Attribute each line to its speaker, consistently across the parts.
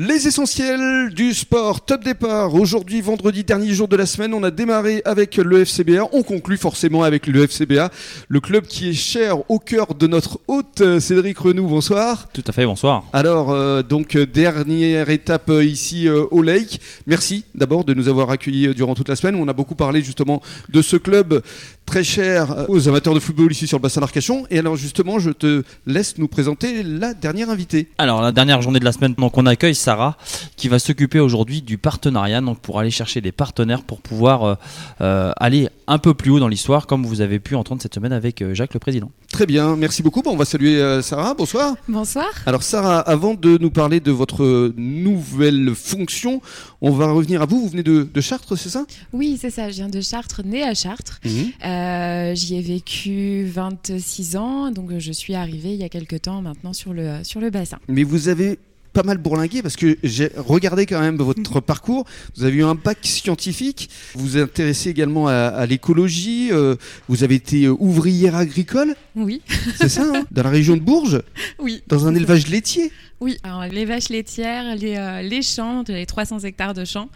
Speaker 1: Les essentiels du sport, top départ. Aujourd'hui, vendredi, dernier jour de la semaine, on a démarré avec le FCBA. On conclut forcément avec le FCBA, le club qui est cher au cœur de notre hôte euh, Cédric Renou. Bonsoir.
Speaker 2: Tout à fait, bonsoir.
Speaker 1: Alors, euh, donc, euh, dernière étape euh, ici euh, au Lake. Merci d'abord de nous avoir accueillis euh, durant toute la semaine. On a beaucoup parlé justement de ce club très cher euh, aux amateurs de football ici sur le bassin d'Arcachon. Et alors, justement, je te laisse nous présenter la dernière invitée.
Speaker 2: Alors, la dernière journée de la semaine, donc, on accueille Sarah qui va s'occuper aujourd'hui du partenariat, donc pour aller chercher des partenaires pour pouvoir euh, euh, aller un peu plus haut dans l'histoire, comme vous avez pu entendre cette semaine avec euh, Jacques le Président.
Speaker 1: Très bien, merci beaucoup. Bon, on va saluer euh, Sarah. Bonsoir.
Speaker 3: Bonsoir.
Speaker 1: Alors Sarah, avant de nous parler de votre nouvelle fonction, on va revenir à vous. Vous venez de, de Chartres, c'est ça
Speaker 3: Oui, c'est ça, je viens de Chartres, née à Chartres. Euh, J'y ai vécu 26 ans, donc euh, je suis arrivée il y a quelques temps maintenant sur le, euh, sur le bassin.
Speaker 1: Mais vous avez pas mal bourlingué parce que j'ai regardé quand même votre parcours. Vous avez eu un bac scientifique. Vous vous intéressez également à, à l'écologie. euh, vous avez été euh, ouvrière agricole,
Speaker 3: Oui,
Speaker 1: c'est ça, hein dans la région de Bourges,
Speaker 3: oui.
Speaker 1: dans un élevage laitier.
Speaker 3: Oui, alors les vaches laitières, les, euh, les champs, les 300 hectares de champs.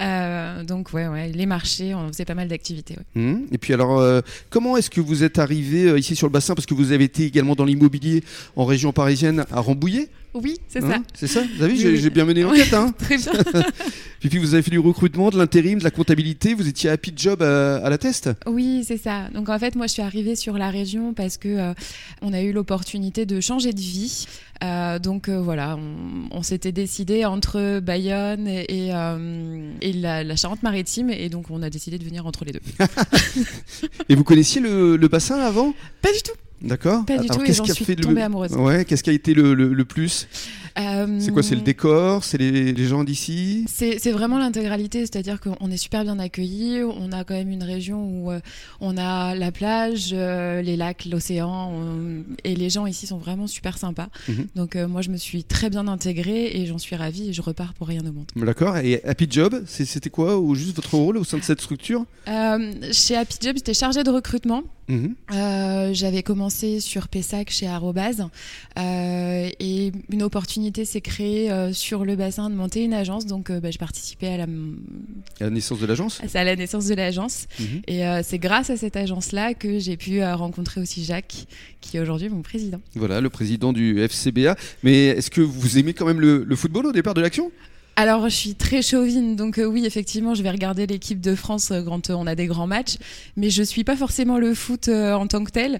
Speaker 3: Euh, donc, ouais, ouais, les marchés, on faisait pas mal d'activités. ouais.
Speaker 1: Mhm. Et puis alors, euh, comment est-ce que vous êtes arrivé euh, ici sur le bassin Parce que vous avez été également dans l'immobilier en région parisienne à Rambouillet.
Speaker 3: Oui, c'est
Speaker 1: Hein, C'est ça Vous avez vu,
Speaker 3: Oui,
Speaker 1: j'ai
Speaker 3: oui.
Speaker 1: j'ai bien mené l'enquête. Hein
Speaker 3: ça. Très bien.
Speaker 1: Et puis vous avez fait du recrutement, de l'intérim, de la comptabilité. Vous étiez à Happy Job à, à la Teste
Speaker 3: Oui, c'est ça. Donc en fait, moi, je suis arrivée sur la région parce que euh, on a eu l'opportunité de changer de vie. Euh, donc euh, voilà, on, on s'était décidé entre Bayonne et, et, euh, et la, la Charente-Maritime, et donc on a décidé de venir entre les deux.
Speaker 1: Et vous connaissiez le, le bassin avant
Speaker 3: Pas du tout.
Speaker 1: D'accord
Speaker 3: Pas du
Speaker 1: Alors,
Speaker 3: tout. Et
Speaker 1: qu'est-ce
Speaker 3: j'en
Speaker 1: qui a
Speaker 3: suis
Speaker 1: fait le-
Speaker 3: tombée amoureuse.
Speaker 1: Ouais, qu'est-ce qui a été le, le- le plus
Speaker 3: Euh,
Speaker 1: C'est quoi C'est le décor C'est les, les gens d'ici
Speaker 3: C'est c'est vraiment l'intégralité, c'est-à-dire qu'on est super bien accueillis, on a quand même une région où euh, on a la plage, euh, les lacs, l'océan, on- et les gens ici sont vraiment super sympas.
Speaker 1: Mhm.
Speaker 3: Donc euh, moi je me suis très bien intégrée et j'en suis ravie et je repars pour rien au monde.
Speaker 1: D'accord. Et Happy Job, c'est- c'était quoi Ou juste votre rôle au sein de cette structure
Speaker 3: Euh, chez Happy Job, j'étais chargée de recrutement.
Speaker 1: Mhm.
Speaker 3: Euh, J'avais commencé sur Pessac chez Arrobase euh, et une opportunité s'est créée euh, sur le bassin de monter une agence. Donc euh, bah, je participais à la,
Speaker 1: À la naissance de l'agence
Speaker 3: à la naissance de l'agence.
Speaker 1: Mhm.
Speaker 3: Et euh, c'est grâce à cette agence-là que j'ai pu euh, rencontrer aussi Jacques, qui est aujourd'hui mon président.
Speaker 1: Voilà, le président du FCBA. Mais est-ce que vous aimez quand même le, le football au départ de l'action
Speaker 3: Alors, je suis très chauvine, donc euh, oui, effectivement, je vais regarder l'équipe de France euh, quand euh, on a des grands matchs, mais je suis pas forcément le foot euh, en tant que tel.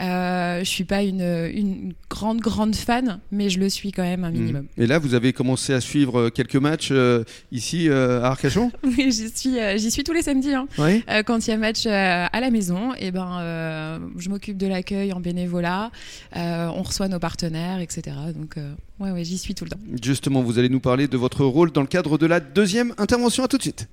Speaker 3: Euh, je suis pas une, une grande, grande fan, mais je le suis quand même un minimum.
Speaker 1: Mhm. Et là, vous avez commencé à suivre euh, quelques matchs euh, ici euh, à Arcachon
Speaker 3: Oui, j'y suis, euh, j'y suis tous les samedis. hein.
Speaker 1: Oui.
Speaker 3: Euh, quand il y a match euh, à la maison, et ben, euh, je m'occupe de l'accueil en bénévolat, euh, on reçoit nos partenaires, etc. Donc, euh, ouais, ouais, j'y suis tout le temps.
Speaker 1: Justement, vous allez nous parler de votre rôle dans le cadre de la deuxième intervention. À tout de suite.